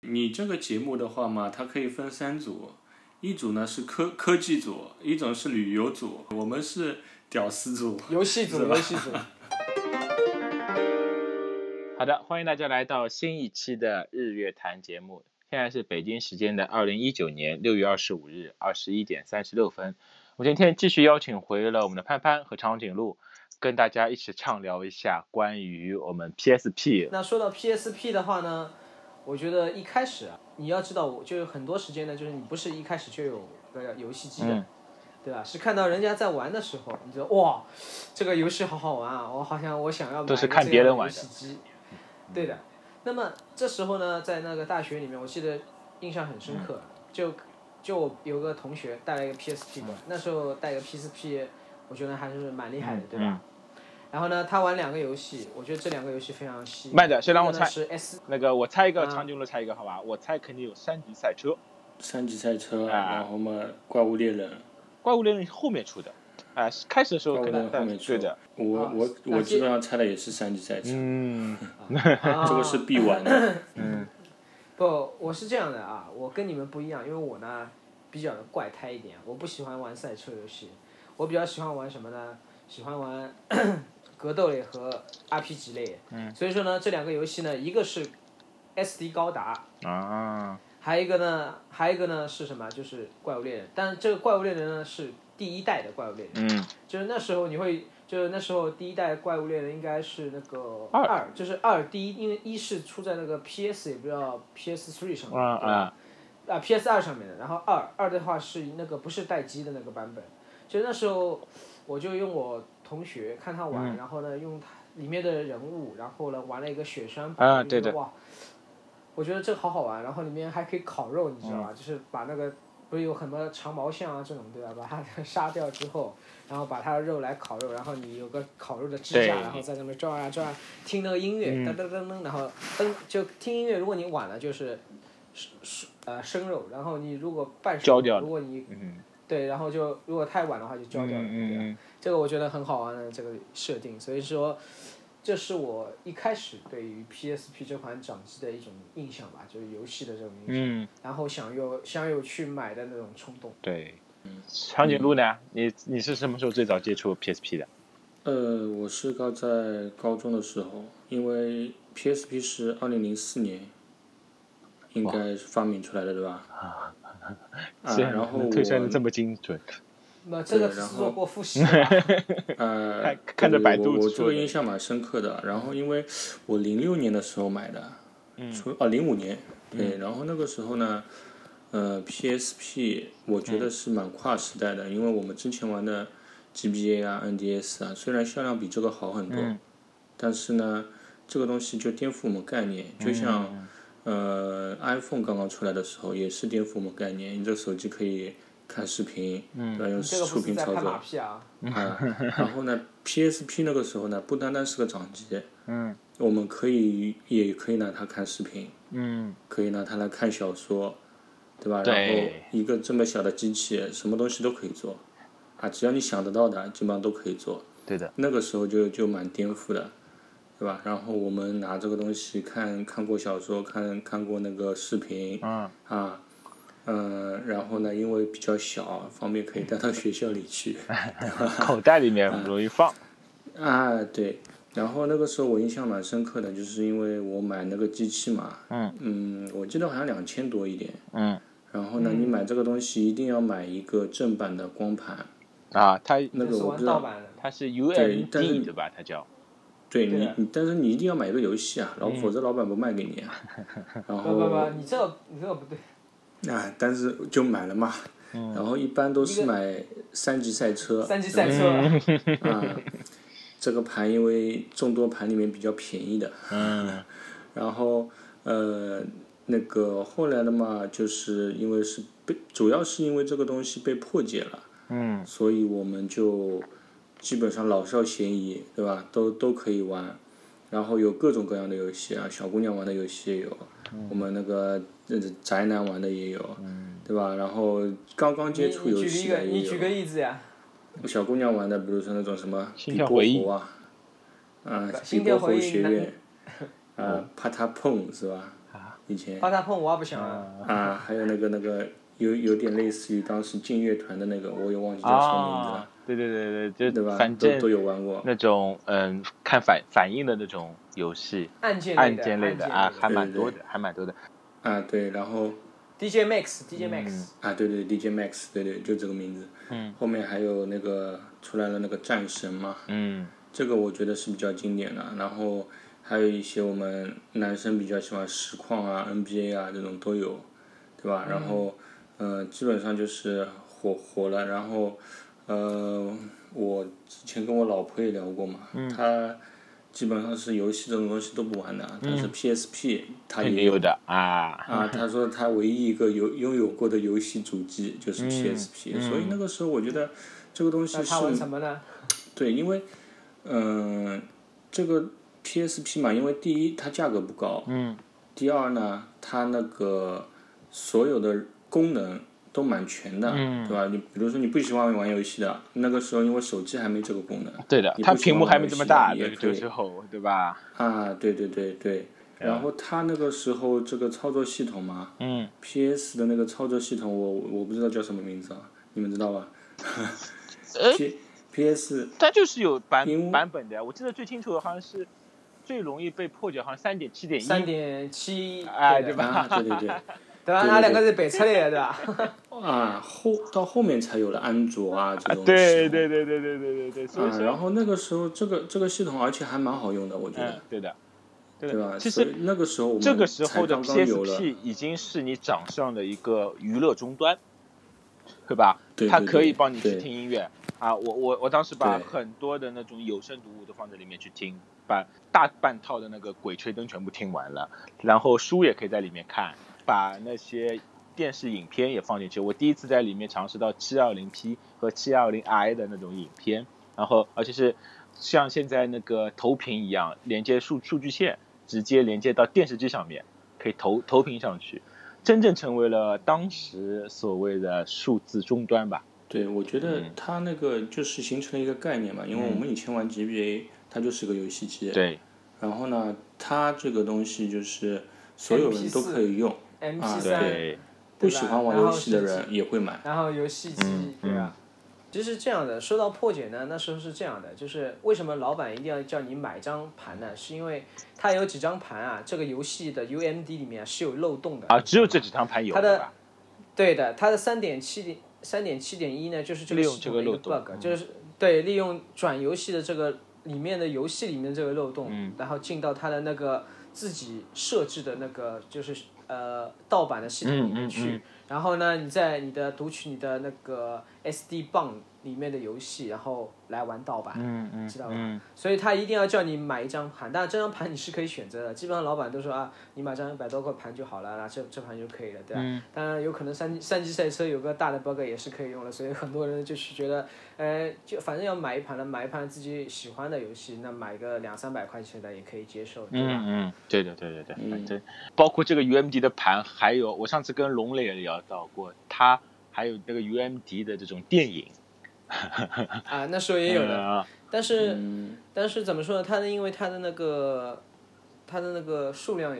你这个节目的话嘛，它可以分三组，一组呢是科科技组，一种是旅游组，我们是屌丝组。游戏组，游戏组。好的，欢迎大家来到新一期的日月谈节目。现在是北京时间的二零一九年六月二十五日二十一点三十六分。我今天继续邀请回了我们的潘潘和长颈鹿，跟大家一起畅聊一下关于我们 PSP 那说到 PSP 的话呢，我觉得一开始啊，你要知道，我就有很多时间呢，就是你不是一开始就有个游戏机的，嗯对吧？是看到人家在玩的时候，你觉得哇，这个游戏好好玩啊，我好像我想要买都是一个看这别样人玩游的嗯戏机，对的。那么这时候呢，在那个大学里面，我记得印象很深刻，就就我有个同学带了一个 PSP 过来，那时候带一个 PSP，我觉得还是蛮厉害的，对吧？然后呢，他玩两个游戏，我觉得这两个游戏非常吸引。慢点先让我一个呢猜是 S 那个我猜一个，嗯长颈鹿猜一个，好吧？我猜肯定有山地赛车，三级赛车，啊然后嘛，怪物猎人，怪物猎人是后面出的，啊、开始的时候怪物可猎能人后面出对的，。我啊我那我这基本上猜的也是三级赛车，嗯，啊这个是必玩 的。不，我是这样的啊，我跟你们不一样，因为我呢比较怪胎一点，我不喜欢玩赛车游戏，我比较喜欢玩什么呢？喜欢玩 格斗类和 RPG 类。嗯。所以说呢，这两个游戏呢，一个是 SD 高达，啊，还有一个呢，还有一个呢是什么？就是怪物猎人。但这个怪物猎人呢是第一代的怪物猎人，嗯，就是那时候你会，就是那时候第一代怪物猎人应该是那个二，就是二第一，因为一是出在那个 PS 也不知道 PS Three 上面，啊对吧啊，啊 PS 二上面的，然后二二的话是那个不是待机的那个版本，就那时候我就用我同学看他嗯玩，然后呢用他里面的人物，然后呢玩了一个雪山版，啊我就觉得对的哇，我觉得这个好好玩，然后里面还可以烤肉，你知道吧？嗯就是把那个不是有很多长毛象啊这种对吧？把它 杀掉之后，然后把它的肉来烤肉，然后你有个烤肉的支对架，然后在那边转啊转啊，听那个音乐嗯噔噔噔噔，然后噔就听音乐，如果你晚了就是。呃生肉，然后你如果半熟，焦掉了如果你嗯对，然后就如果太晚的话就焦掉了。对吧嗯嗯这个我觉得很好玩的这个设定，所以说这是我一开始对于 PSP 这款掌机的一种印象吧，就是游戏的这种印象，嗯，然后想有想有去买的那种冲动。对。长颈鹿呢？你你是什么时候最早接触 PSP 的？呃，我是高在高中的时候，因为 PSP 是二零零四年应该是发明出来的，对吧？ 啊，虽然后我推算的这么精准，那这个对只然是后做过复习 吧， 呃，看对看着百度我我说这个的印象蛮深刻的。然后因为我零六年的时候买的，嗯出啊零五年，对，然后那个时候呢，呃，PSP 我觉嗯得是蛮跨时代的，因为我们之前玩的 GBA 啊、NDS 啊，虽然销量比这个好很多，嗯但是呢，这个东西就颠覆我们概念，嗯就像。呃，iPhone 刚刚出来的时候也是颠覆我们概念，你这手机可以看视频，嗯，对吧，用这个不触是屏在操拍作马，屁啊。嗯啊， 然后呢，PSP 那个时候呢，不单单是个掌机，嗯，我们可以也可以拿它看视频，嗯，可以拿它来看小说，对吧？对然后一个这么小的机器，什么东西都可以做，啊，只要你想得到的，基本上都可以做。对的，那个时候就就蛮颠覆的，对吧？然后我们拿这个东西看看过小说，看看过那个视频，嗯啊，嗯、然后呢，因为比较小，方便可以带到学校里去。口袋里面容易放，啊，对。然后那个时候我印象蛮深刻的，就是因为我买那个机器嘛，嗯我记得好像两千多一点，嗯，然后呢，你买这个东西一定要买一个正版的光盘，啊，它那这个我是不玩知盗道，版的，它是对但是 UMD 对吧？它叫对对你的，你但是你一定要买一个游戏啊，然后否则老板不卖给你啊，然不不不，后你这个你这个不对，啊，但是就买了嘛，然后一般都是买三级赛车，三级赛嗯车，啊，这个盘因为众多盘里面比较便宜的，嗯， 然后呃，那个后来的嘛，就是因为是被，主要是因为这个东西被破解了，嗯，所以我们就基本上老少咸宜，对吧？都都可以玩，然后有各种各样的游戏啊，小姑娘玩的游戏也有，我们那个呃宅男玩的也有，对吧？然后刚刚你接触你游举一戏啊个的也有。你举个例子呀，小姑娘玩的，比如说那种什么心比跳伯回忆侯啊，啊，比心伯跳侯回忆学那嗯院，啊，啪嗒碰是吧？啊，以前八大碰我不想啊，啊，还有那个那个有有点类似于当时劲乐团的那个，我也忘记叫什么名字了，啊，对对对对，对就吧？反都都正有玩过。那种嗯，看反反应的那种游戏，按键按键键类的的啊，还对蛮对多的，还蛮多的。啊，对，然后 DJ Max DJ Max，啊，对对，DJ Max，对对，就这个名字。嗯。后面还有那个出来了那个战神嘛，嗯，这个我觉得是比较经典的。然后还有一些我们男生比较喜欢实况啊、NBA 啊这种都有，对吧？然后，嗯、基本上就是火火了。然后，呃，我之前跟我老婆也聊过嘛，嗯她基本上是游戏这种东西都不玩的，嗯但是 PSP 她肯也定有的啊。啊，他说他唯一一个有拥有过的游戏主机就是 PSP，、所以那个时候我觉得这个东西嗯那他玩是什么呢？对，因为嗯、这个 PSP 嘛，因为第一它价格不高，嗯，第二呢，它那个所有的功能都蛮全的，嗯对吧？你比如说你不喜欢玩游戏的，那个时候因为手机还没这个功能，对的，你它不喜屏欢幕还玩没游这么戏大，你那也个可以时候，对吧？啊，对对对对，然后它那个时候这个操作系统嘛，嗯，PS 的那个操作系统我我不知道叫什么名字啊，你们知道吧 呃？P PS 它就是有版屏幕版本的，我记得最清楚的好像是最容易被破解，好像三点七点一，三点七，哎对对的吧啊，对对对，对吧？对对那两对个是北出来的，对吧？ 啊后到后面才有了安卓啊这种对系统对对对对对对对，所以啊，说，然后那个时候这个这个系统而且还蛮好用的，我觉嗯得，，对的，对对吧？的。其所以实那个时候我们这个时才候的刚刚有了 PSP 已经是你掌上的一个娱乐终端，对吧？对它对可对以帮你去对听音乐啊！我我我当时把对很多的那种有声读物都放在里面去听，把大半套的那个《鬼吹灯》全部听完了，然后书也可以在里面看，把那些电视影片也放进去。我第一次在里面尝试到 720P 和 720i 的那种影片，然后而且是像现在那个投屏一样，连接数数据线，直接连接到电视机上面，可以投投屏上去。真正成为了当时所谓的数字终端吧，对，我觉得嗯它那个就是形成了一个概念嘛，因为我们以前玩 GBA，它就是个游戏机。对，然后呢，它这个东西就是所有人都可以用， MP 啊三，对，不喜欢玩游戏的人也会买。然后游戏机嗯，对吧？就是这样的。说到破解呢，那时候是这样的，就是为什么老板一定要叫你买张盘呢？是因为它有几张盘啊，这个游戏的 UMD 里面是有漏洞的啊，只有这几张盘有它对的吧？对的，它的三点七点三点七点一呢，就是这个利用系统的这个一漏洞嗯 bug，就是对利用转游戏的这个里面的游戏里面这个漏洞，嗯然后进到它的那个自己设置的那个就是呃盗版的系统里面嗯去，然后呢，你在你的读取你的那个 SD 棒里面的游戏，然后来玩盗版，嗯嗯，知道吧？嗯，所以他一定要叫你买一张盘，但这张盘你是可以选择的。基本上老板都说啊，你买张一百多块盘就好了，那这这盘就可以了，对吧？嗯当然有可能三三级赛车有个大的 bug 也是可以用的，所以很多人就是觉得，呃，就反正要买一盘了，买一盘自己喜欢的游戏，那买个两三百块钱的也可以接受，对吧？嗯嗯，对的对对对，反正包括这个 UMD 的盘，还有我上次跟龙磊也聊到过，他还有那个 UMD 的这种电影啊，那时候也有的，啊，但是、但是怎么说呢？它的因为它的那个它的那个数量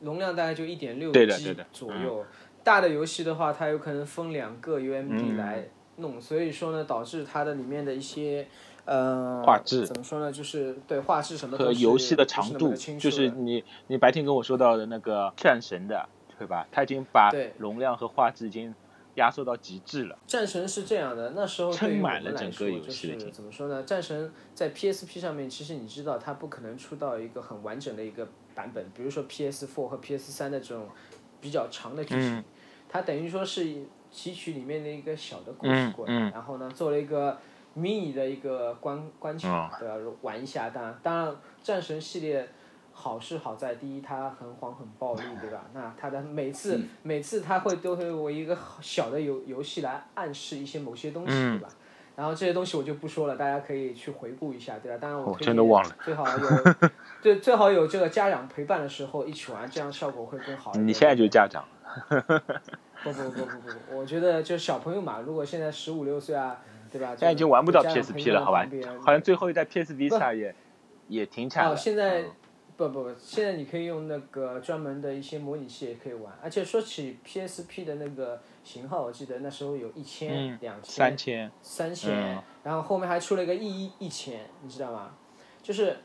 容量大概就一点六对的对 G 的左右，大的游戏的话，它有可能分两个 UMD 嗯来弄，所以说呢，导致它的里面的一些。呃，画质怎么说呢？就是对画质什么和都是游戏不是长那么度，清就楚是的你你白天跟我说到的那个战神的，对吧？他已经把对容量和画质已经压缩到极致了。战神是这样的，那时候对于撑我满们了来整说个游就戏是的体怎么说呢？战神在 PSP 上面，其实你知道它不可能出到一个很完整的一个版本，比如说 PS4 和 PS3 的这种比较长的剧情，嗯它等于说是提取里面的一个小的故事嗯过来，然后呢做了一个迷你的一个关哦关卡，对吧？玩一下，当然当然战神系列。好是好在，第一它很黄很暴力，对 吧？那它的每次、嗯每次它会都会我一个小的游游戏来暗示一些某些东西，对嗯吧？然后这些东西我就不说了，大家可以去回顾一下，对吧？当然我我推哦真荐的忘了最好 有对最好有这个家长陪伴的时候一起玩，这样效果会更好一点。你现在就是家长，不不不不不，我觉得就是小朋友嘛，如果现在十五六岁啊，对吧？现现在已经玩不到 PSP 了，好吧？好像最后一代 PSP 上也也停产哦，了。现在不不不，现在你可以用那个专门的一些模拟器也可以玩，而且说起 PSP 的那个型号，我记得那时候有一千、两千、三嗯千，嗯三千，然后后面还出了一个一一千，你知道吗？就是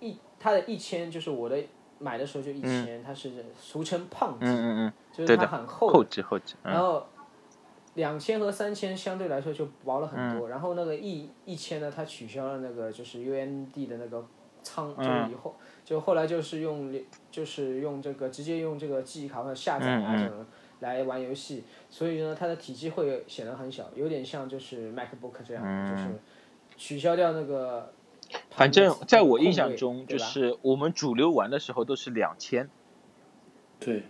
一它的一千就是我的买的时候就一千、它是俗称胖子，嗯嗯嗯就对是它的很嗯，厚，后置后置，然后两千和三千相对来说就薄了很嗯多，然后那个一一千呢，它取消了那个就是 UMD 的那个仓，就嗯是以后、就后来就是用就是用这个直接用这个记忆卡或者下载嗯啊这种来玩游戏，所以呢它的体积会显得很小，有点像就是 MacBook 这样，就是取消掉那个盘子。嗯反正在我印空象位中，对就吧是我们主流玩的时候都是两千，对，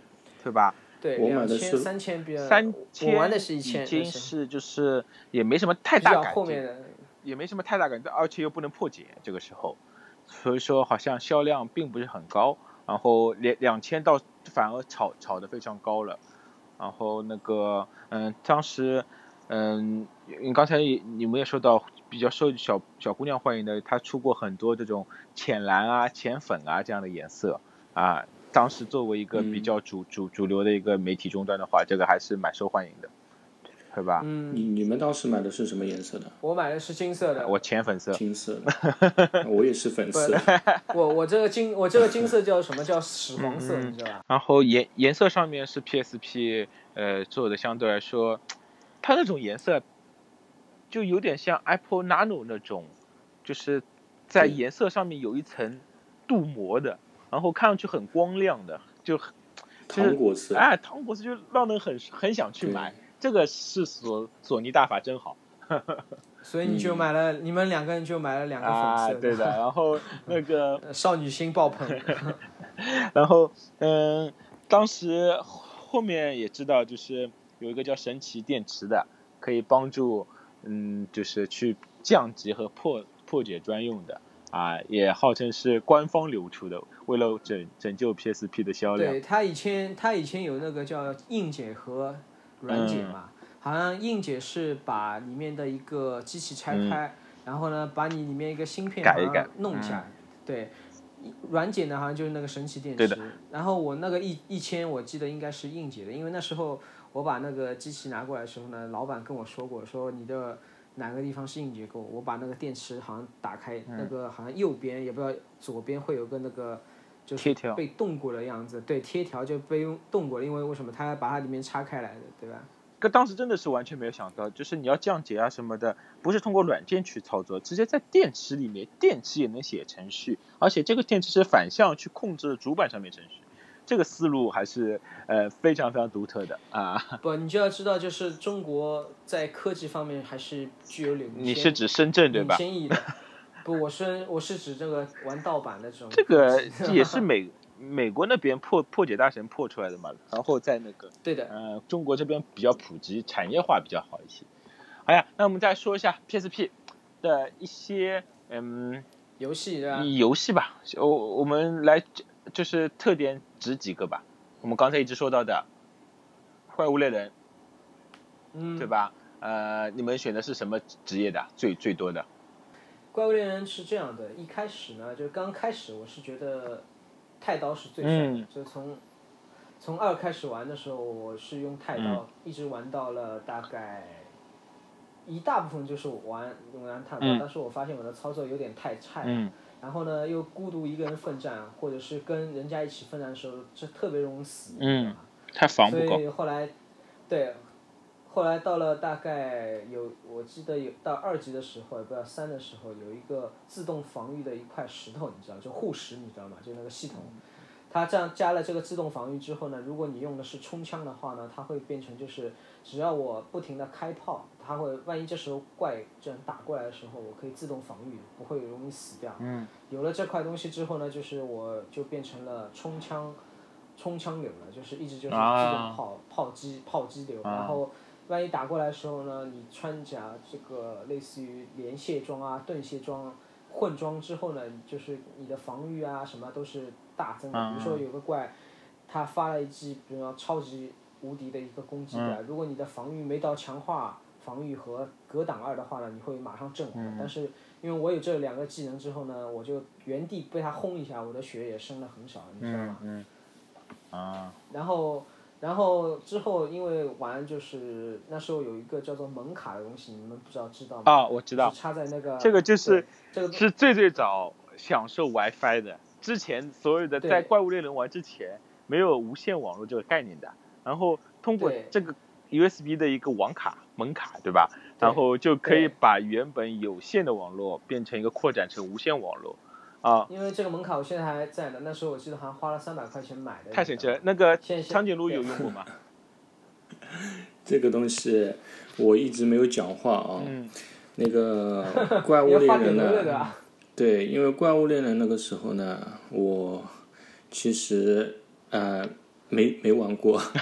对吧？对我买两的千是三千比较三我千玩的是一千，已经那时候是就是也没什么太比大较感后觉面，的。也没什么太大感觉，而且又不能破解，这个时候，所以说好像销量并不是很高，然后两两千到反而炒炒得非常高了，然后那个嗯，当时嗯，你刚才也你们也说到比较受小小姑娘欢迎的，她出过很多这种浅蓝啊、浅粉啊这样的颜色啊，当时作为一个比嗯较主、主主流的一个媒体终端的话，这个还是蛮受欢迎的，对吧？嗯，你你们当时买的是什么颜色的？我买的是金色的，我浅粉色，金色 的，我也是粉色的， 我我这个金我这个金色叫什么叫屎黄色，嗯你知道吧？然后颜颜色上面是 PSP 呃做的相对来说，它那种颜色就有点像 Apple Nano 那种，就是在对颜色上面有一层镀膜的，然后看上去很光亮的，就很就是糖果色。哎糖果色就让人很很想去买。这个是索索尼大法真好所以你就买了，你们两个人就买了两个啊，粉色对的。然后那个呃少女心爆 棚。然后，嗯，当时后面也知道，就是有一个叫神奇电池的，可以帮助，嗯，就是去降级和破破解专用的啊，也号称是官方流出的，为了拯拯救 PSP 的销量。对他以前他以前有那个叫硬解和软嗯解嘛，好像硬解是把里面的一个机器拆开，然后呢把你里面一个芯片嗯改一改嗯好像弄一下，对。软解呢，好像就是那个神奇电对池。然后我那个一一千，我记得应该是硬解的，因为那时候我把那个机器拿过来的时候呢，老板跟我说过，说你的哪个地方是硬结构，我把那个电池好像打开，那嗯个好像右边也不知道左边会有个那个就是贴条被动过的样子，对，贴条就被用动过了，因为为什么它把它里面拆开来的，对吧？可当时真的是完全没有想到，就是你要降解啊什么的，不是通过软件去操作，直接在电池里面，电池也能写程序，而且这个电池是反向去控制主板上面程序，这个思路还是呃非常非常独特的啊。不，你就要知道，就是中国在科技方面还是具有领先嗯你是指深圳对吧领？先意义的。不，我是我是指这个玩盗版的这种。这个也是美美国那边破破解大神破出来的嘛，然后在那个对的，呃中国这边比较普及，产业化比较好一些。哎呀，那我们再说一下 PSP 的一些嗯游戏啊对吧？游戏吧，我我们来就就是特点指几个吧。我们刚才一直说到的《怪物猎人》，嗯，对吧？呃，你们选的是什么职业的？最最多的？怪物猎人是这样的，一开始呢，就刚开始我是觉得太刀是最帅的，嗯就从从二开始玩的时候，我是用太刀、嗯一直玩到了大概一大部分就是玩玩太刀，嗯但是我发现我的操作有点太菜了，嗯然后呢又孤独一个人奋战，或者是跟人家一起奋战的时候，这特别容易死，嗯，他防不所够。以后来，对，后来到了大概有，我记得有到二级的时候，也不知道三的时候，有一个自动防御的一块石头，你知道，就护石，你知道吗？就那个系统，它这样加了这个自动防御之后呢，如果你用的是冲枪的话呢，它会变成就是，只要我不停的开炮，它会，万一这时候怪这样打过来的时候，我可以自动防御，不会容易死掉。嗯有了这块东西之后呢，就是我就变成了冲枪，冲枪流了，就是一直就是这种啊炮、炮击炮击流。啊然后万一打过来的时候呢，你穿甲这个类似于连卸装啊、盾卸装、混装之后呢，就是你的防御啊什么都是大增啊的。比如说有个怪，他发了一记，比如说超级无敌的一个攻击嗯的，如果嗯你的防御没到强化防御和格挡二的话呢，你会马上阵亡。但是因为我有这两个技能之后呢，我就原地被他轰一下，我的血也升了很少，你知道吗？嗯嗯，啊，然后，然后之后因为玩就是那时候有一个叫做门卡的东西，你们不知道知道吗？哦，我知道就，是插在那个这个就是对这个是最最早享受 WiFi 的。之前所有的对在怪物猎人玩之前，没有无线网络这个概念的。然后通过对这个 USB 的一个网卡门卡，对吧？然后就可以对把原本有线的网络变成一个扩展成无线网络，啊，因为这个门卡我现在还在呢，那时候我记得好像花了三百块钱买的。太神奇了！那个现在长颈鹿有用过吗？这个东西我一直没有讲话啊。嗯那 个怪你物要猎发给人乐呢乐？啊！对，因为怪物猎人那个时候呢，我其实呃没没玩过。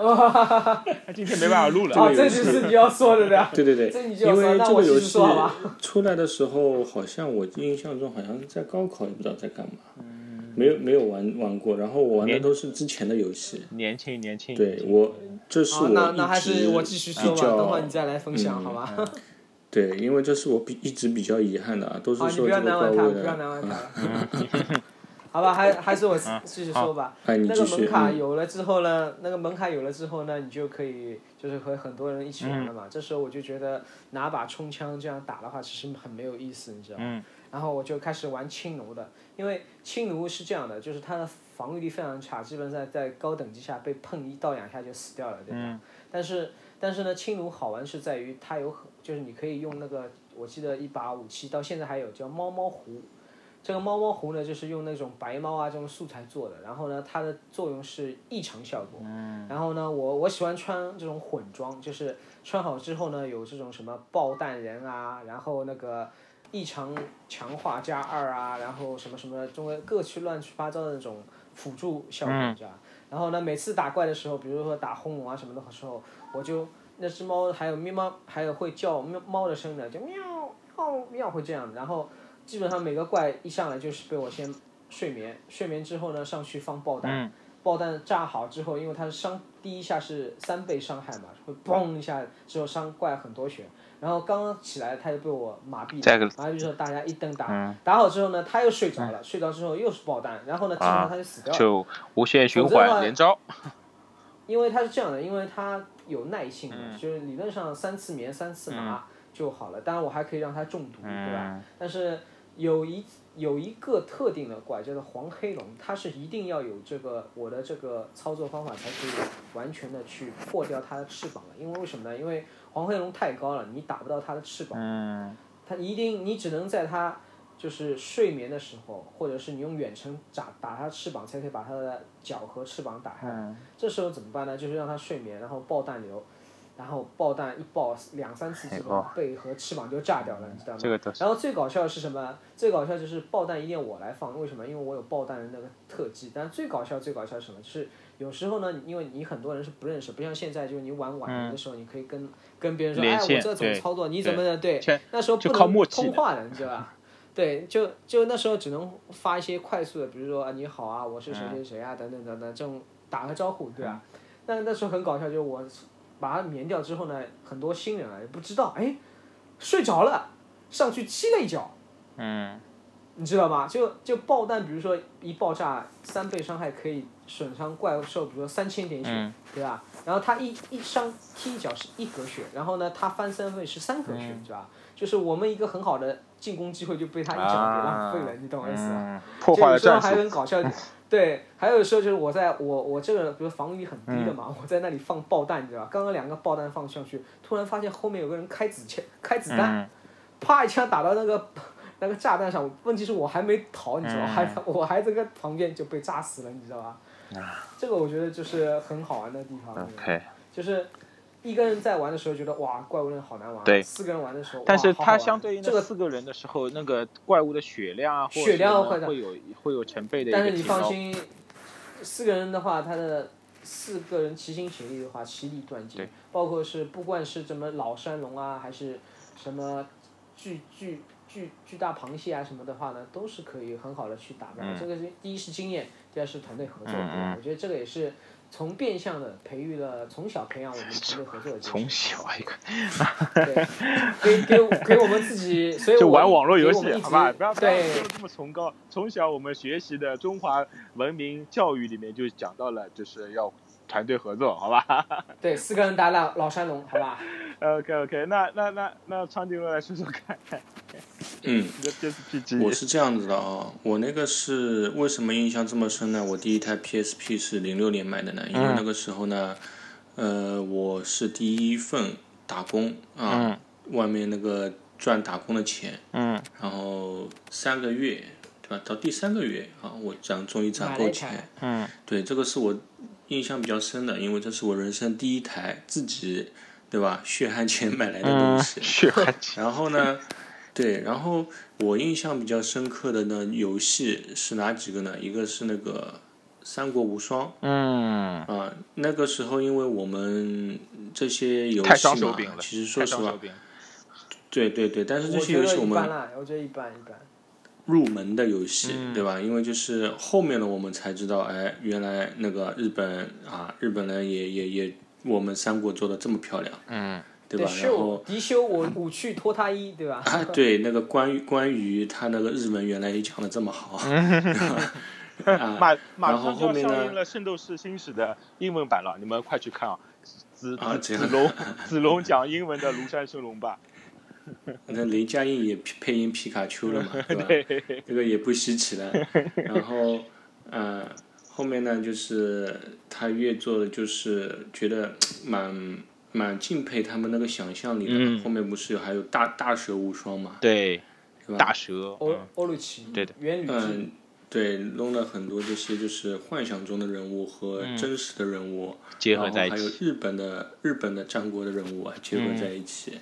那今天没办法录了。啊，这就是你要说的呢。对对对，这你就因说为那这我个继续游戏说好吧 出来的时候，好像我印象中好像是在高考，也不知道在干嘛，嗯没有没有玩玩过。然后我玩的都是之前的游戏。年轻年轻，对我，这 是好，我哦那一那还直是我继续说比吧，较嗯等会儿你再来分享好吧？对，因为这是我比一直比较遗憾的啊，都是哦好，你说不这要个难怪为他，物你不猎要人。难为他了。好吧，还还是我继续说吧。哎，你那继个续门。卡嗯有了之后呢，那个门卡有了之后呢，你就可以就是和很多人一起玩了嘛。这时候我就觉得拿把冲枪这样打的话，其实很没有意思，你知道吗？然后我就开始玩青奴的，因为青奴是这样的，就是它的防御力非常差，基本上在高等级下被碰一到两下就死掉了，对吧？但是但是呢，青奴好玩是在于它有很，就是你可以用那个，我记得一把武器到现在还有叫猫猫壶，这个猫猫壶呢就是用那种白猫啊这种素材做的，然后呢它的作用是异常效果。然后呢，我我喜欢穿这种混装，就是穿好之后呢有这种什么爆弹人啊，然后那个。异常强化加二啊，然后什么什么，中间各区乱七八糟的那种辅助效果，你知道吧？然后呢，每次打怪的时候，比如说打红龙啊什么的时候，我就那只猫还有咪猫，还有会叫喵猫的声的，就喵喵喵会这样。然后基本上每个怪一上来就是被我先睡眠，睡眠之后呢上去放爆弹，爆弹炸好之后，因为它是伤第一下是三倍伤害嘛，会嘣一下之后伤怪很多血。然后刚刚起来，它就被我麻痹这了，麻痹之后大家一顿打，打好之后呢，它又睡着了，睡着之后又是爆弹，然后呢，基本上它就死掉了。就无限循否则的环话连招。因为它是这样的，因为它有耐性嘛，就是理论上三次棉三次麻就好了。当然我还可以让它中毒，对吧？但是有一有一个特定的怪叫做黄黑龙，它是一定要有这个我的这个操作方法才可以完全的去破掉它的翅膀的。因为为什么呢？因为黄黑龙太高了，你打不到它的翅膀。嗯它一定你只能在它就是睡眠的时候，或者是你用远程打打它翅膀，才可以把它的脚和翅膀打开。这时候怎么办呢？就是让它睡眠，然后爆弹流，然后爆弹一爆两三次，基本上背和翅膀就炸掉了，你知道吗？这个都是然后最搞笑的是什么？最搞笑就是爆弹一定要我来放，为什么？因为我有爆弹的那个特技。但最搞笑最搞笑是什么？就是有时候呢，你因为你很多人是不认识，不像现在，就是你玩网游的时候，你可以跟跟别人说，嗯连哎，我线这怎么对操作？你怎么的？对全，那时候不就靠默能契的通话的，你知道 吧？对，就就那时候只能发一些快速的，比如说啊你好啊，我是谁谁谁啊，等等等等，这种打个招呼，对吧？嗯那那时候很搞笑，就是我把它免掉之后呢，很多新人啊也不知道，哎，睡着了，上去踢了一脚，嗯你知道吗？就就爆弹，比如说一爆炸，三倍伤害可以损伤怪兽，比如说三千点血，嗯对吧？然后他一一伤踢一脚是一格血，然后呢，他翻三倍是三格血，嗯你知道吧？就是我们一个很好的进攻机会就被他一脚给浪费了，你懂我意思吧？嗯，破坏了就有战时候还术。很搞 笑，对，还有时候就是我在我我这个比如防御力很低的嘛，我在那里放爆弹，你知道吧？刚刚两个爆弹放上去，突然发现后面有个人开子枪开子弹，嗯啪一枪打到那个 那个炸弹上，问题是我还没逃，你知道嗯吗？还 我还在个旁边就被炸死了，你知道吧？这个我觉得就是很好玩的地方，啊，OK。就是一个人在玩的时候觉得哇怪物猎人好难玩，啊对四个人玩的时候，但是哇好好它玩啊相对应这的个四个人的时候，那个怪物的血量啊，或者血量什么会的会有会有成倍的一但个是你提放高。心，四个人的话，他的四个人齐心协力的话，其利断金对。包括是不管是什么老山龙啊，还是什么巨巨巨巨大螃蟹啊什么的话呢，都是可以很好的去打嗯败。这个是第一是经验，第二是团队合作。对吧我觉得这个也是从变相的培育了，从小培养我们团队合作的精神。从小啊一个对，给给我给我们自己，所以 就我 玩网络游给我戏们一，直好吧？不要不要对不要这么崇高。从小我们学习的中华文明教育里面就讲到了，就是要团队合作，好吧 对，四个人打老老山龙，好吧？ ？OK OK，那那那那长颈鹿来说说看，嗯，你的 PSPG 我是这样子的啊、我那个是为什么印象这么深呢？我第一台 PSP 是零六年买的呢，因嗯为那个时候呢，呃，我是第一份打工嗯啊，外面那个赚打工的钱，嗯然后三个月对吧？到第三个月啊，我攒终于攒买够了一钱台，嗯对，这个是我印象比较深的，因为这是我人生第一台自己对吧血汗钱买来的嗯东嗯 西，血汗钱，然后呢，对，然后我印象比较深刻的呢，游戏是哪几个呢？一个是那个《三国无双》嗯啊、那个时候因为我们这些游太戏伤手嘛柄，了，其实说太实伤手话，柄。对对对，但是这我些觉游得戏我一般们啦，我觉得一般一般。入门的游戏，嗯对吧？因为就是后面的我们才知道，哎，原来那个日本啊，日本人也也也，我们三国做的这么漂亮，嗯对吧？然后秀敌修我武去脱他衣，对吧？啊，对，那个关于关于他那个日文原来也讲的这么好，嗯马马 然后上后就要面呢上映了《圣斗士星矢》的英文版了，你们快去看啊！子啊这子子样龙，子龙讲英文的《庐山升龙 霸那雷佳音也配配音皮卡丘 了嘛，对吧？这个也不稀奇了。然后，呃，后面呢，就是他越做的就是觉得蛮蛮敬佩他们那个想象力的。嗯后面不是有还有大大蛇无双嘛？》，对，大蛇，欧哦欧鲁奇，对的，元吕纪，嗯，对，弄了很多这些就是幻想中的人物和真实的人物，嗯结合在一然后还有起嗯日本的日本的战国的人物啊，结合在一起，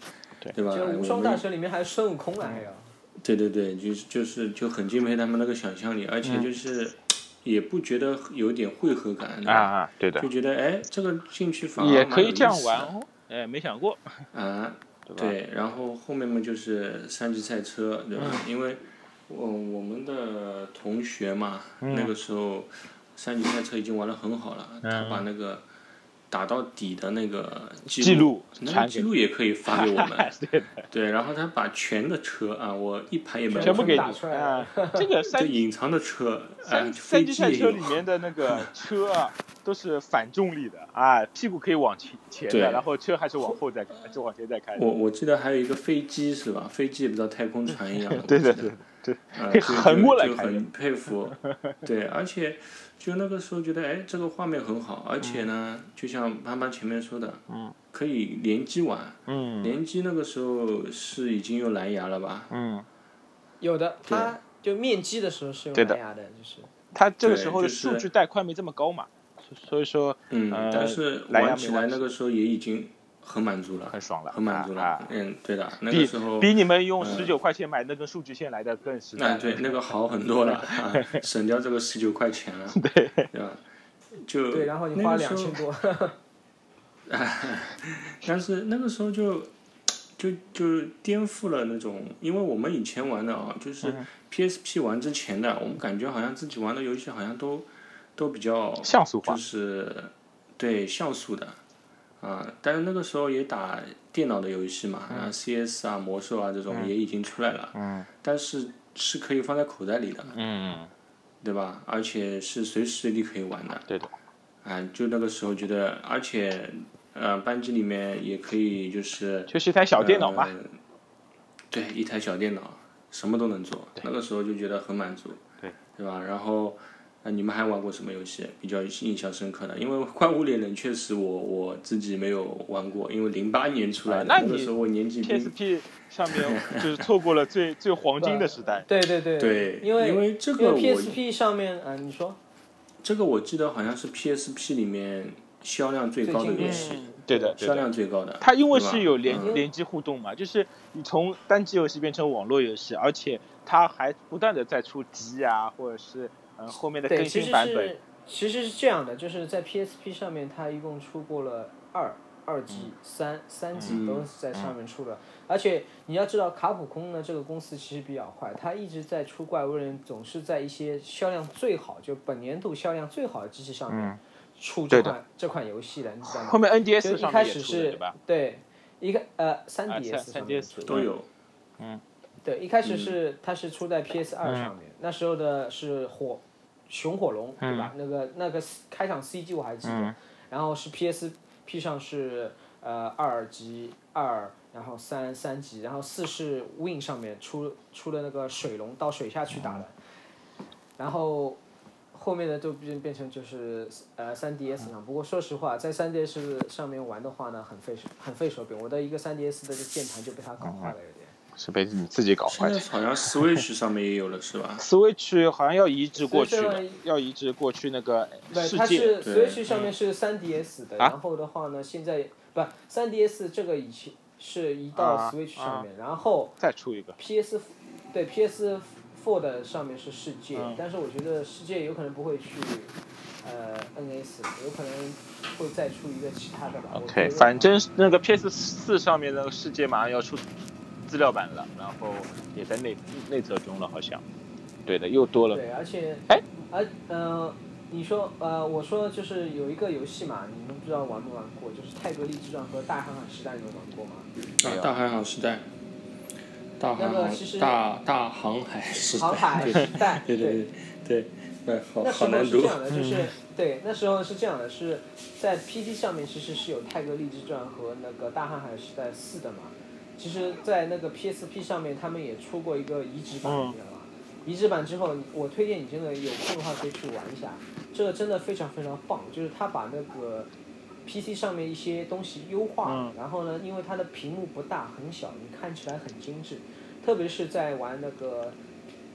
对吧？就无哎我双们大蛇里面还有孙悟空啊，还有。对对对，就是就是就很敬佩他们那个想象力，而嗯且就是、也不觉得有点违和感，啊，啊，对的就，觉得哎，这个兴趣反而也蛮可有以这样意思玩的哦。哎，没想过，啊，对，然后后面嘛就是三级赛车，对吧？嗯因为我我们的同学嘛，嗯那个时候三级赛车已经玩的很好了，他把那个打到底的那个记记录那传个给记录也可以发给我 们，对，然后他把全的车啊，我一盘也没有全部给你打出来了啊！这 个就三隐藏的车，哎，飞三三级机赛也车有里。面的那个车啊，都是反重力的啊，屁股可以往前前对的，然后车还是往后再开，就往前再开的。我我记得还有一个飞机是吧？飞机也不知道太空船一样 的。对的我记对得的对的，呃可以就横过来就开的很佩 服。对，而且就那个时候觉得，哎，这个画面很好，而且呢，嗯就像潘潘前面说的，嗯，可以联机玩。嗯联机那个时候是已经有蓝牙了吧？嗯。有的，他就面基的时候是对用的蓝牙的，就是它这个对时候的就是数据带宽没这么高嘛，所所以说嗯，呃但是蓝牙玩没起来关那系个时候也已经很满足了，很爽了，很满足啊了啊。嗯，对的，那个比时候比你们用十九块钱买那根数据线来的更实那在。哎对，那个好很多了，啊、省掉这个十九块钱了，对吧？就对，然后你那花个时候两千多，但是那个时候就就就颠覆了那种，因为我们以前玩的啊，就是 PSP 玩之前的，我们感觉好像自己玩的游戏好像都都比较像素化就是对像素的啊，但是那个时候也打电脑的游戏嘛，然后 CS 啊、魔兽啊这种也已经出来了，嗯但是是可以放在口袋里的，嗯，对吧？而且是随时随地可以玩的。对的。啊，就那个时候觉得，而且，呃，班级里面也可以就是就是一台小电脑嘛呃，对，一台小电脑，什么都能做。那个时候就觉得很满足。对。对吧？然后，呃，你们还玩过什么游戏比较印象深刻的？因为《怪物猎人》确实我我自己没有玩过，因为零八年出来的，啊那你个时候我年纪并 PSP 上 面就是错过了最最黄金的时代。对对对对因为因为这个我 PSP 上面，啊，你说这个我记得好像是 PSP 里面销量最高的最经游典戏，对的，对销的。量最高的。它因为对吧是有联嗯联机互动嘛，就是你从单机游戏变成网络游戏，而且它还不断的在出集啊，或者是嗯后面的对，更其新实版本是。其实是这样的，就是在 PSP 上嗯嗯面，它一共出过了二二 G、三三 G 都是在上面出的。而且你要知道，卡普空呢这个公司其实比较坏，它一直在出怪物猎人，总是在一些销量最好，就本年度销量最好的机器上面出这款、这款游戏的，你知道吗？嗯后面就 NDS 一上开面始也出是了对吧？对一个呃三啊 DS 三嗯上面 3DS 都有。对，一开始是、它是出在 PS 二上面，那时候的是火熊火龙，对吧？那个那个 C- 开场 CG 我还记得，然后是 PSP 上是呃二级二，然后三三级，然后四是 Win 上面出出的那个水龙到水下去打的，然后。后面的就变变成就是呃三 DS 上，不过说实话，在三 DS 上面玩的话呢，很费手很费手柄。我的一个三 DS 的键盘就被它搞坏了，有点。是被你自己搞坏现在的。好像 Switch 上面也有了，是吧？ Switch 好像要移植过去所了以这，要移植过去那个对，世它界。是对 Switch 上面是 3DS 的，啊然后的话呢，现在不 3DS 这个以前是移到啊 Switch 啊上面，然后再出一个， PS 对 PS Four 的上面是世界，但是我觉得世界有可能不会去呃 NS，有可能会再出一个其他的吧。我觉 OK，得反正那个 PS 四上面那个世界马上要出资料版了，然后也在内内测中了，好像。对的，又多了。对，而且哎，而呃，你说呃，我说就是有一个游戏嘛，你们不知道玩没玩过，就是《泰格力之战》和《大航海时代》，你们玩过吗？啊，大航海时代，大航那个海其实大大航海时代，航海时代， 对对对对，对，好那时好候难是读嗯这。样的，就是、对，那时候是这样的，是在 PT 上面其实是有《泰格励志传》和那个《大航海时代四》的嘛。其实，在那个 PSP 上面，他们也出过一个移植版，嗯你知道吗？移植版之后，我推荐你真的有空的话可以去玩一下，这个真的非常非常棒，就是他把那个 PC 上面一些东西优化，嗯然后呢，因为它的屏幕不大很小，你看起来很精致，特别是在玩那个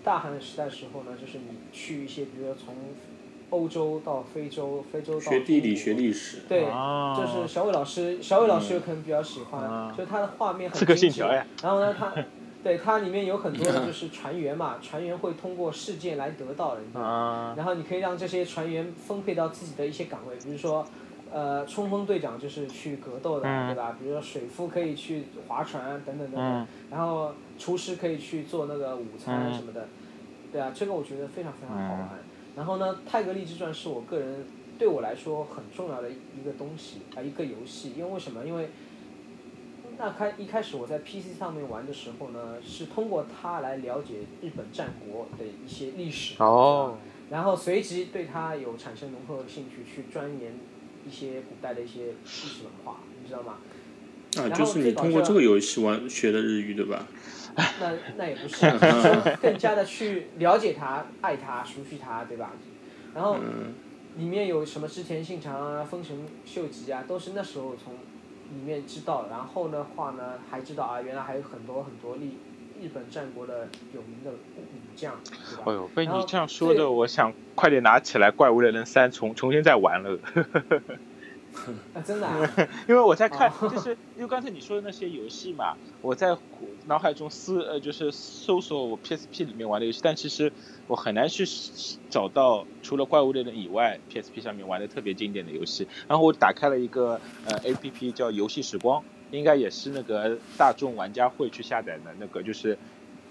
大航海时代的时候呢，就是你去一些，比如说从欧洲到非洲，非洲到学地理、中国学历史，对，啊就是小伟老师，小伟老师有可能比较喜欢，嗯啊就是他的画面很刺客精信致条哎呀。然后呢， 他对它里面有很多的就是船员嘛，船员会通过事件来得到人家。啊，然后你可以让这些船员分配到自己的一些岗位，比如说，呃，冲锋队长就是去格斗的，嗯对吧？比如说水夫可以去划船啊等等等等，嗯然后厨师可以去做那个午餐什么嗯的，对啊，这个我觉得非常非常好玩。然后呢，《泰格励志传》是我个人对我来说很重要的一个东西啊、一个游戏，因为为什么？因为那开一开始我在 PC 上面玩的时候呢，是通过它来了解日本战国的一些历史，哦，然后随即对它有产生浓厚的兴趣，去钻研一些古代的一些历史文化，你知道吗？啊，然后就是你最搞通过笑这个游戏玩学的日语，对 吧？那那也不是，就是 更加的去了解它、爱它、熟悉它，对吧？然后里面有什么织田信长啊、丰臣秀吉啊，都是那时候从里面知道。然后的话呢，还知道啊，原来还有很多很多历日本战国的有名的武将，对吧？哎呦，被你然后这样说最的，我想快点拿起来《怪物猎人三》重重新再玩了。啊，真的、啊，因为我在看，哦就是因为刚才你说的那些游戏嘛，我在脑海中思呃，就是搜索我 PSP 里面玩的游戏，但其实我很难去找到除了《怪物猎人》以外，PSP 上面玩的特别经典的游戏。然后我打开了一个呃 APP 叫《游戏时光》，应该也是那个大众玩家会去下载的那个，就是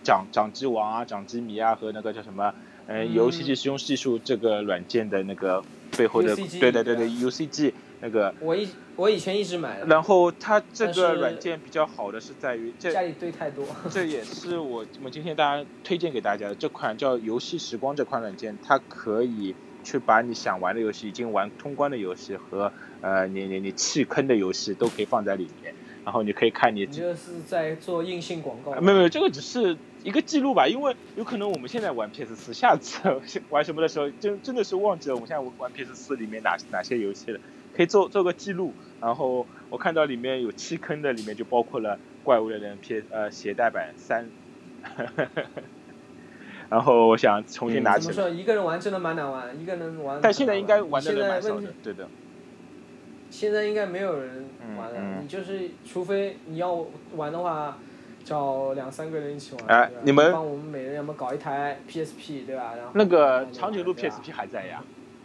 掌掌机王啊、掌机迷啊和那个叫什么呃嗯游戏机使用技术这个软件的那个背后的 UCG 对对对对对吧 UCG 那个。我以我以前一直买的，然后它这但个是软件比较好的是在于，家这里堆太多。这也是我我今天大家推荐给大家的这款叫“游戏时光”这款软件，它可以去把你想玩的游戏、已经玩通关的游戏和呃你你你弃坑的游戏都可以放在里面，然后你可以看你你这是在做硬性广告啊吗？没有没有，这个只是一个记录吧，因为有可能我们现在玩 PS 四，下次 玩什么的时候，真真的是忘记了我们现在玩 PS 四里面哪哪些游戏了，可以做做个记录。然后我看到里面有弃坑的，里面就包括了《怪物猎人》PS 呃携带版三，然后我想重新拿嗯怎起么来，说？一个人玩真的蛮难玩，一个人玩很难玩。但现在应该玩的现人在蛮少问的题，对的，现在应该没有人玩了。嗯嗯你就是，除非你要玩的话，找两三个人一起玩。哎对吧你们帮我们每人要么搞一台 PSP，对吧？然后那个慢慢长颈鹿玩对吧 PSP 还在呀，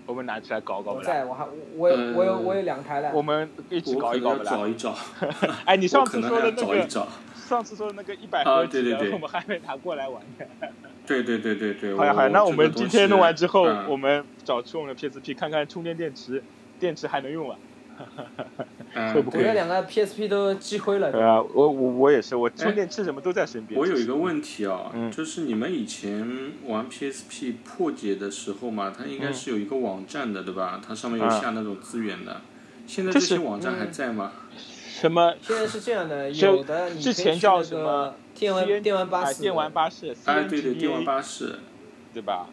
我们拿出来搞搞不我啦？在，我还我有我有嗯我有两台了。我们一起我搞可一搞不能要啦找？一找，哎，你上我可次能说还要的那找个一。找。上次说的那个一百啊合集对对的，对我们还没拿过来玩呢。对对对对对。好哎呀好呀，那我这个们东今西天弄完之后，嗯我们找出我们的 PSP 看看充电电池，电池还能用吗？ 嗯会不我会对那两个 PSP 都积灰了。对啊，我我我也是，我充电器什么都在身哎边。我有其一实个问题啊、嗯就是你们以前玩 PSP 破解的时候嘛，它应该是有一个网站的，对吧？它上面有啊下那种资源的。现在这就是些网站还嗯在吗？什么现在是这样的，就有的你之可以前去叫那什个么电玩 CN 电玩巴啊士，电玩巴士，哎，对对， CNGA 电玩巴士，对吧？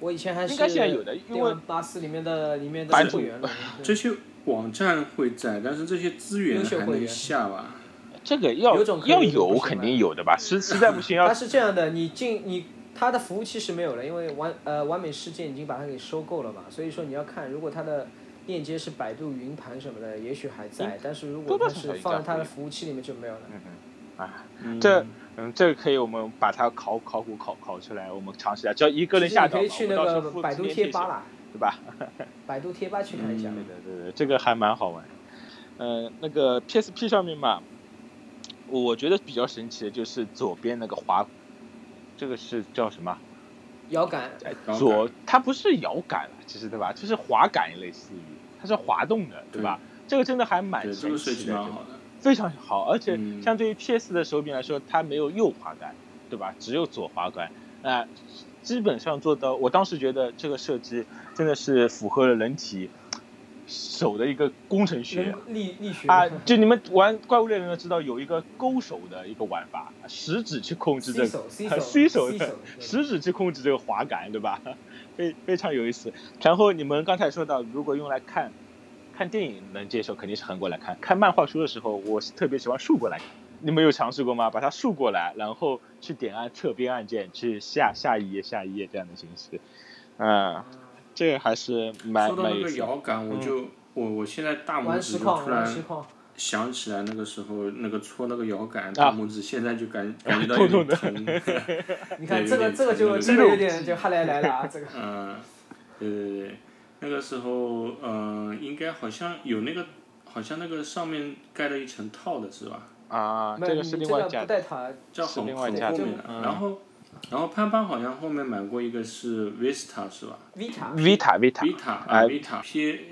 我以前还是应该现在有的因为电玩巴士里面的里面版的主会员了。这些网站会在，但是这些资源优秀还会能员下吧？这个要有种可以要有种不有行肯吧定有的吧，实 实在不行它要是这样的，你进你它的服务器是没有了，因为完呃完美世界已经把它给收购了嘛，所以说你要看如果它的链接是百度云盘什么的，也许还在，但是如果嗯多多它少少是应该放在它会的有服务器里面就没有了。啊，嗯这嗯这个可以我们把它考考古考考出来，我们尝试一下，只要一个人其实下你载可嘛，以去我那们到时候个附百资度源贴配吧置啦，对吧？ 百度贴吧去看一下。嗯对对对，这个还蛮好玩。呃，那个 PSP 上面嘛，我觉得比较神奇的就是左边那个滑，这个是叫什么？摇杆，哎杆左它不是摇杆了，其实对吧？就是滑杆类似于，它是滑动的，对吧？这个真的还蛮对，这神个设奇计的，蛮就好的。非常好，而且嗯相对于 PS 的手柄来说，它没有右滑杆，对吧？只有左滑杆，啊、基本上做到。我当时觉得这个设计真的是符合了人体手的一个工程学人力力学啊！就你们玩怪物猎人的知道有一个勾手的一个玩法，啊食指去控制这 C 个手 C 啊手 C 手的对食指去控制这个滑杆，对吧？非非常有意思。然后你们刚才说到，如果用来看看电影能接受，肯定是横过来看；看漫画书的时候，我是特别喜欢竖过来看。你们有尝试过吗？把它竖过来，然后去点按侧边按键去下下一页、下一页这样的形式。嗯，这个还是蛮说到蛮那有意个思的。摇杆，我就、我我现在大拇玩指实就况突玩然实况，想起来那个时候那个搓那个摇杆，大拇指现在就感感觉到有痛点痛的疼。你看对这个有点这个有点就这个有点就哈来来了啊，这个。 嗯，对对对，那个时候嗯、应该好像有那个，好像那个上面盖了一层套的是吧？啊，没这有个你是另外这加个不带的。啊它，叫是很另很外后加的面的。然后，然后潘潘好像后面买过一个是 Vista 是吧 Vita Vita Vita， ？Vita 啊哎 Vita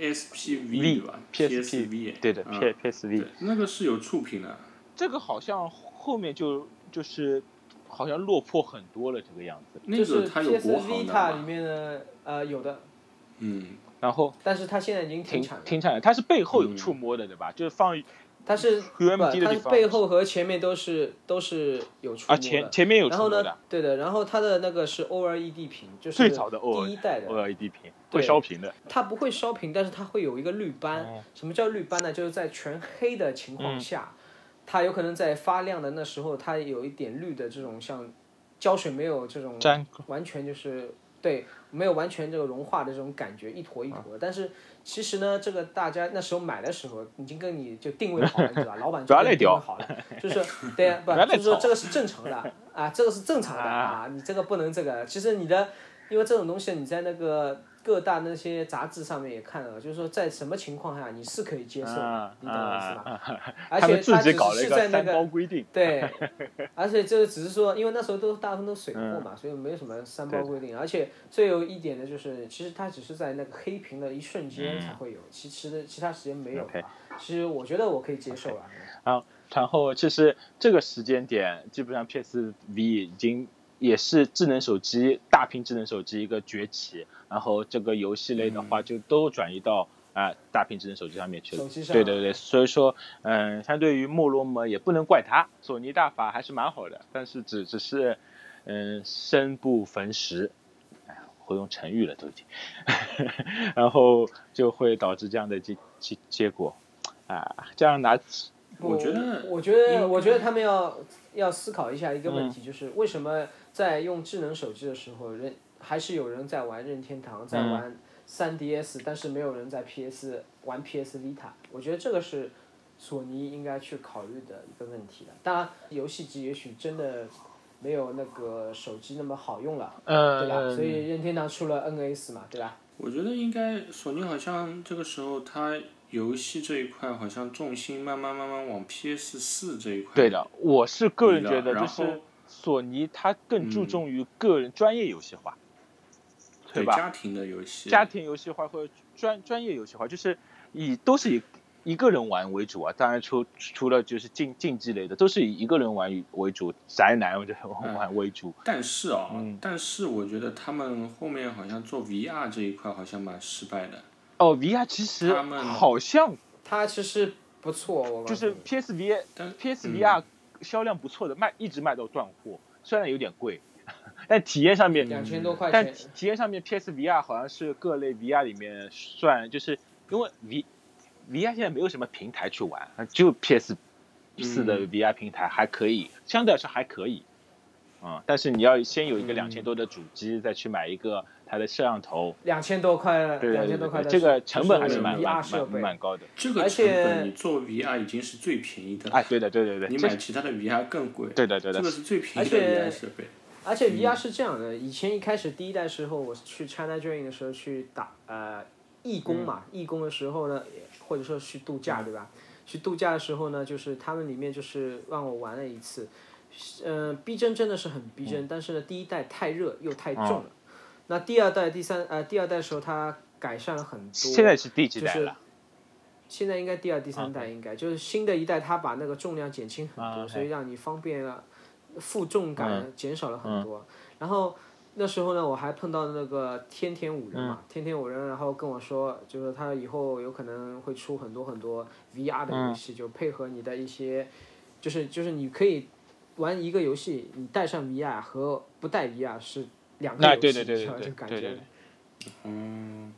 PSPV 对吧 PSP，对的嗯 P PSV 对。那个是有触屏的。这个好像后面就就是好像落魄很多了这个样子。那就是个它有 PS 国行的 Vita 里吧，面的呃有的，嗯，然后但是它现在已经停停产了。停下来，它是背后嗯有触摸的，对吧？就是放它是原不，本低的它地是方背后和前面都是都是有触啊，摸前的。前面有然触后摸呢的，，对的，然后它的那个是 OLED 屏，就是最早的 E OLED 第一代的， ，OLED 屏对会烧屏的，它不会烧屏，但是它会有一个绿斑。哦什么叫绿斑呢？就是在全黑的情嗯况下，它有可能在发亮的那时候，它有一点绿的这种像胶水没有这种粘完全就是对没有完全这个融化的这种感觉，一坨一坨的。但是其实呢，这个大家那时候买的时候已经跟你就定位好了，对吧？老板就不要给你累定屌位好了，就是对啊呀、不不要就是累说吵这个是正常 的啊，这个是正常的啊，你这个不能这个。其实你的，因为这种东西你在那个各大那些杂志上面也看了，就是说在什么情况下你是可以接受的啊，你懂我意思吧？啊！而他且们自它只己搞了一是在那三个包规定， 对，而且这个只是说，因为那时候都大部分都水货嗯嘛，所以没有什么三包规定。而且最有一点的就是，其实它只是在那个黑屏的一瞬间才会有，其其的其他时间没有嗯 OK 吧。其实我觉得我可以接受了。然后其实这个时间点，基本上 PSV 已经也是智能手机大屏智能手机一个崛起，然后这个游戏类的话就都转移到啊、大屏智能手机上面去嗯了手。机上对对对，所以说嗯，相对于没落嘛，也不能怪他，索尼大法还是蛮好的，但是只只是嗯生不逢时。哎会用成语了都已经， 然后就会导致这样的结结结果，啊，这样拿不我觉得我觉得，我觉得他们要要思考一下一个问题，就是为什么在用智能手机的时候，任还是有人在玩任天堂，在玩3 DS，、但是没有人在 PS 玩 PS Vita。我觉得这个是索尼应该去考虑的一个问题了。当然，游戏机也许真的没有那个手机那么好用了，对吧？呃，所以任天堂出了 NS 嘛，对吧？我觉得应该索尼好像这个时候它游戏这一块好像重心慢慢慢慢往 PS 四这一块。对的，我是个人觉对的得，就然后嗯是索尼它更注重于个人专业游戏化，对吧？家庭的游戏。家庭游戏化或者专专业游戏化，就是以都是以一个人玩为主啊。当然除除了就是竞竞技类的，都是以一个人玩与为主，宅男这种嗯玩为主。但是啊、嗯但是我觉得他们后面好像做 VR 这一块好像蛮失败的。哦，VR 其实他们好像它其实不错，我告就诉是你 PSV 但嗯 PSVR 销量不错的，卖一直卖到断货，虽然有点贵， 但体验上面嗯两千多块但钱，体体验上面，PSVR 好像是各类 VR 里面算，就是因为 V VR 现在没有什么平台去玩，只有 PS 四的嗯 VR 平台还可以，相对来说还可以。啊、但是你要先有一个嗯两千多的主机，再去买一个它的摄像头，两千多块，对对两千对多对块对，的这手个机成本还是蛮 VR 蛮设蛮备蛮高的。这个而成且本，你做 VR 已经是最便宜的了。哎，对的对对对，你这买其他的 VR 更贵。对的对的这个是最便宜的而且 VR 设备。而且 VR 是这样的，以前一开始第一代时候，我去 China Dream 的时候去打呃义工嘛，嗯义工的时候呢，也或者说去度假对吧？去度假的时候呢，就是他们里面就是让我玩了一次，嗯、逼真真的是很逼真，嗯但是呢，第一代太热又太重哦了。那第二代、第三呃第二代的时候，它改善了很多。现在是第几代了？现在应该第二、第三代应该、就是新的一代，它把那个重量减轻很啊多， ，OK 嗯所以让你方便了，负重感减少了很多。然后那时候呢，我还碰到那个天天五人嗯嘛，天天五人，然后跟我说，就是他以后有可能会出很多很多 VR 嗯的游戏，就配合你的一些，就是就是你可以玩一个游戏，你带上 VR 和不带 VR 是两个游那戏，对对对你知道对这对感对觉对了。嗯，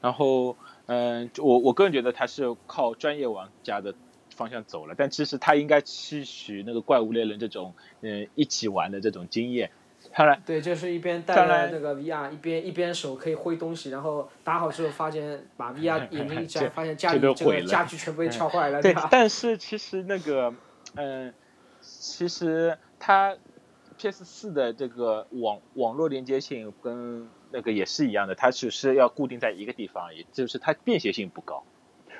然后，嗯、就我我个人觉得他是靠专业玩家的方向走了，但其实他应该吸取那个怪物猎人这种，嗯、一起玩的这种经验。当然，对，就是一边戴当了然那个 VR，一边一边手可以挥东西，然后打好之后发现把 VR 眼睛一这摘，发现家这里都这毁个了嗯家具全部被敲坏了，对吧，？但是其实那个，嗯、其实呃它 PS 四的这个网网络连接性跟那个也是一样的，它只是要固定在一个地方而已，也就是它便携性不高，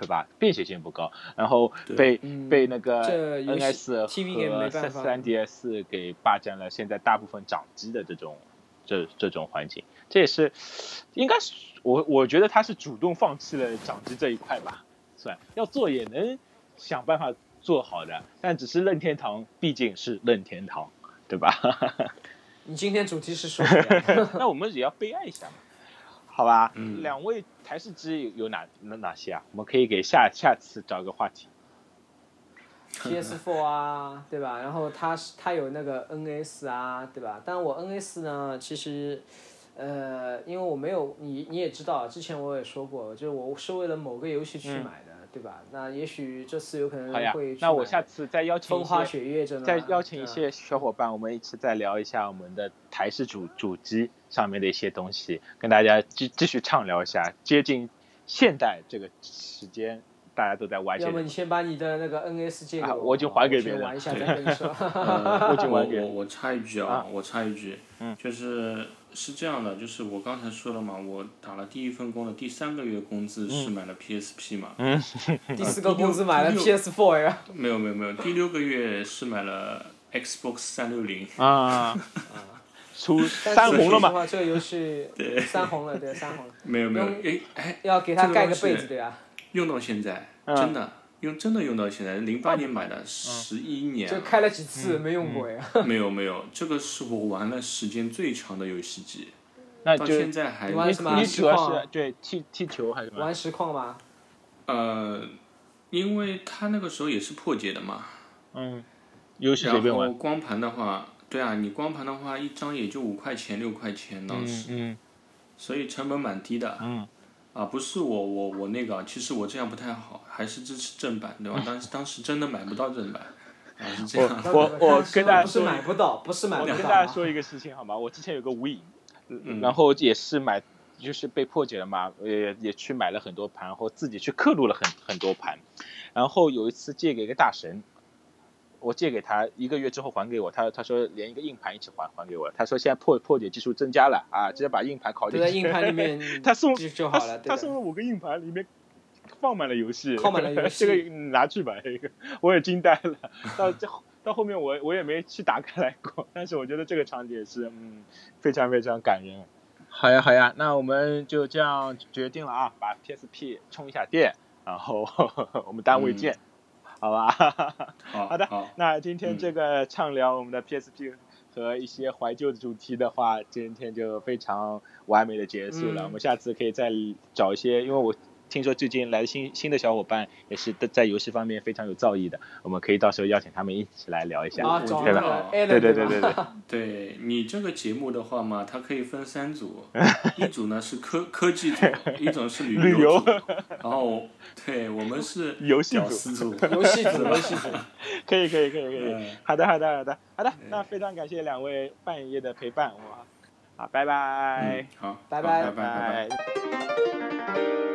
是吧？便携性不高，然后对被嗯被那个这游戏 NS TV 也没呃和办三法三 DS 给霸占了现在大部分掌机的这种这这种环境，这也是应该是我我觉得他是主动放弃了掌机这一块吧，算要做也能想办法做好的，但只是任天堂毕竟是任天堂，对吧？ 你今天主题是啊说什么那我们也要悲哀一下嘛，好吧？嗯两位台式机有哪哪哪些啊？我们可以给下下次找个话题。 ？PS4 啊，对吧？然后它是它有那个 NS 啊，对吧？但我 NS 呢，其实。呃，因为我没有你，你也知道，之前我也说过，就是我是为了某个游戏去买的，对吧？那也许这次有可能嗯好呀会，去那我买下次再邀请一风花些雪月这种啊，再邀请对一吧些小伙伴，我们一起再聊一下我们的台式主主机上面的一些东西，跟大家继继续畅聊一下，接近现代这个时间，大家都在玩些要么你先把你的那个 NS 借给啊我，我已经还给别我人先玩一下了再跟你说。 呃 我已经我玩过我我插一句啊，我插一句，嗯就是是这样的，就是我刚才说了嘛，我打了第一份工的第三个月工嗯资是买了 PSP 嘛，第四个公司买 了 PS4 呀，没有没有没有，第六个月是买了 Xbox 三六零， 啊，出但三是红了说实嘛？话？这个游 戏三红了，对，三红了，没有没有，用哎哎，要给它盖个这个被东西子，对啊吧？用到现在，真的用真的用到现在，零八年买的，十一年啊就了，开了几次嗯没嗯用过呀，没有没有，这个是我玩了时间最长的游戏机，那到就现在还你玩什么你啊主要实况是对踢踢球还是什么？玩实况嘛，呃，因为它那个时候也是破解的嘛，嗯，游戏随然便玩后。光盘的话，对啊，你光盘的话一张也就五块钱六块钱当时，嗯 嗯所以成本蛮低的。嗯。啊，不是我我我那个啊，其实我这样不太好，还是支持正版，对吧？当时当时真的买不到正版，啊是这样。我我跟大家不是说买不到，不是买我不到跟啊，大家说一个事情好吗？我之前有个 We，嗯然后也是买，就是被破解了嘛，也也去买了很多盘，然后自己去刻录了很很多盘，然后有一次借给一个大神，我借给他一个月之后还给我，他他说连一个硬盘一起还还给我了，他说现在破破解技术增加了啊，直接把硬盘拷对进在去，硬盘里面 他送就就好了，他对送的。了五个硬盘，里面放慢了游戏，放慢了游戏 这个你拿去吧， 这个我也惊呆了。到这到后面我我也没去打开来过，但是我觉得这个场景也是嗯非常非常感人。好呀好呀，那我们就这样决定了啊，把 PSP 充一下电，然后 我们单位嗯见，好吧？好好的好，那今天这个畅聊我们的 PSP 和一些怀旧的主题的话，今天就非常完美的结束了。嗯我们下次可以再找一些，因为我听说最近来的新新的小伙伴也是在游戏方面非常有造诣的，我们可以到时候邀请他们一起来聊一下，啊，我找觉那得个啊 a l 对 n 对吧？对 对对，对你这个节目的话嘛，它可以分三 组，一组呢是科科技组，一种是旅旅游 组，然后对我们是游戏屌组丝组，游戏组，游戏组，可以可以可以可以， 嗯好的好的好的好的，那非常感谢两位半夜的陪伴，我好，拜拜嗯，好，哎拜好拜拜拜拜拜。拜。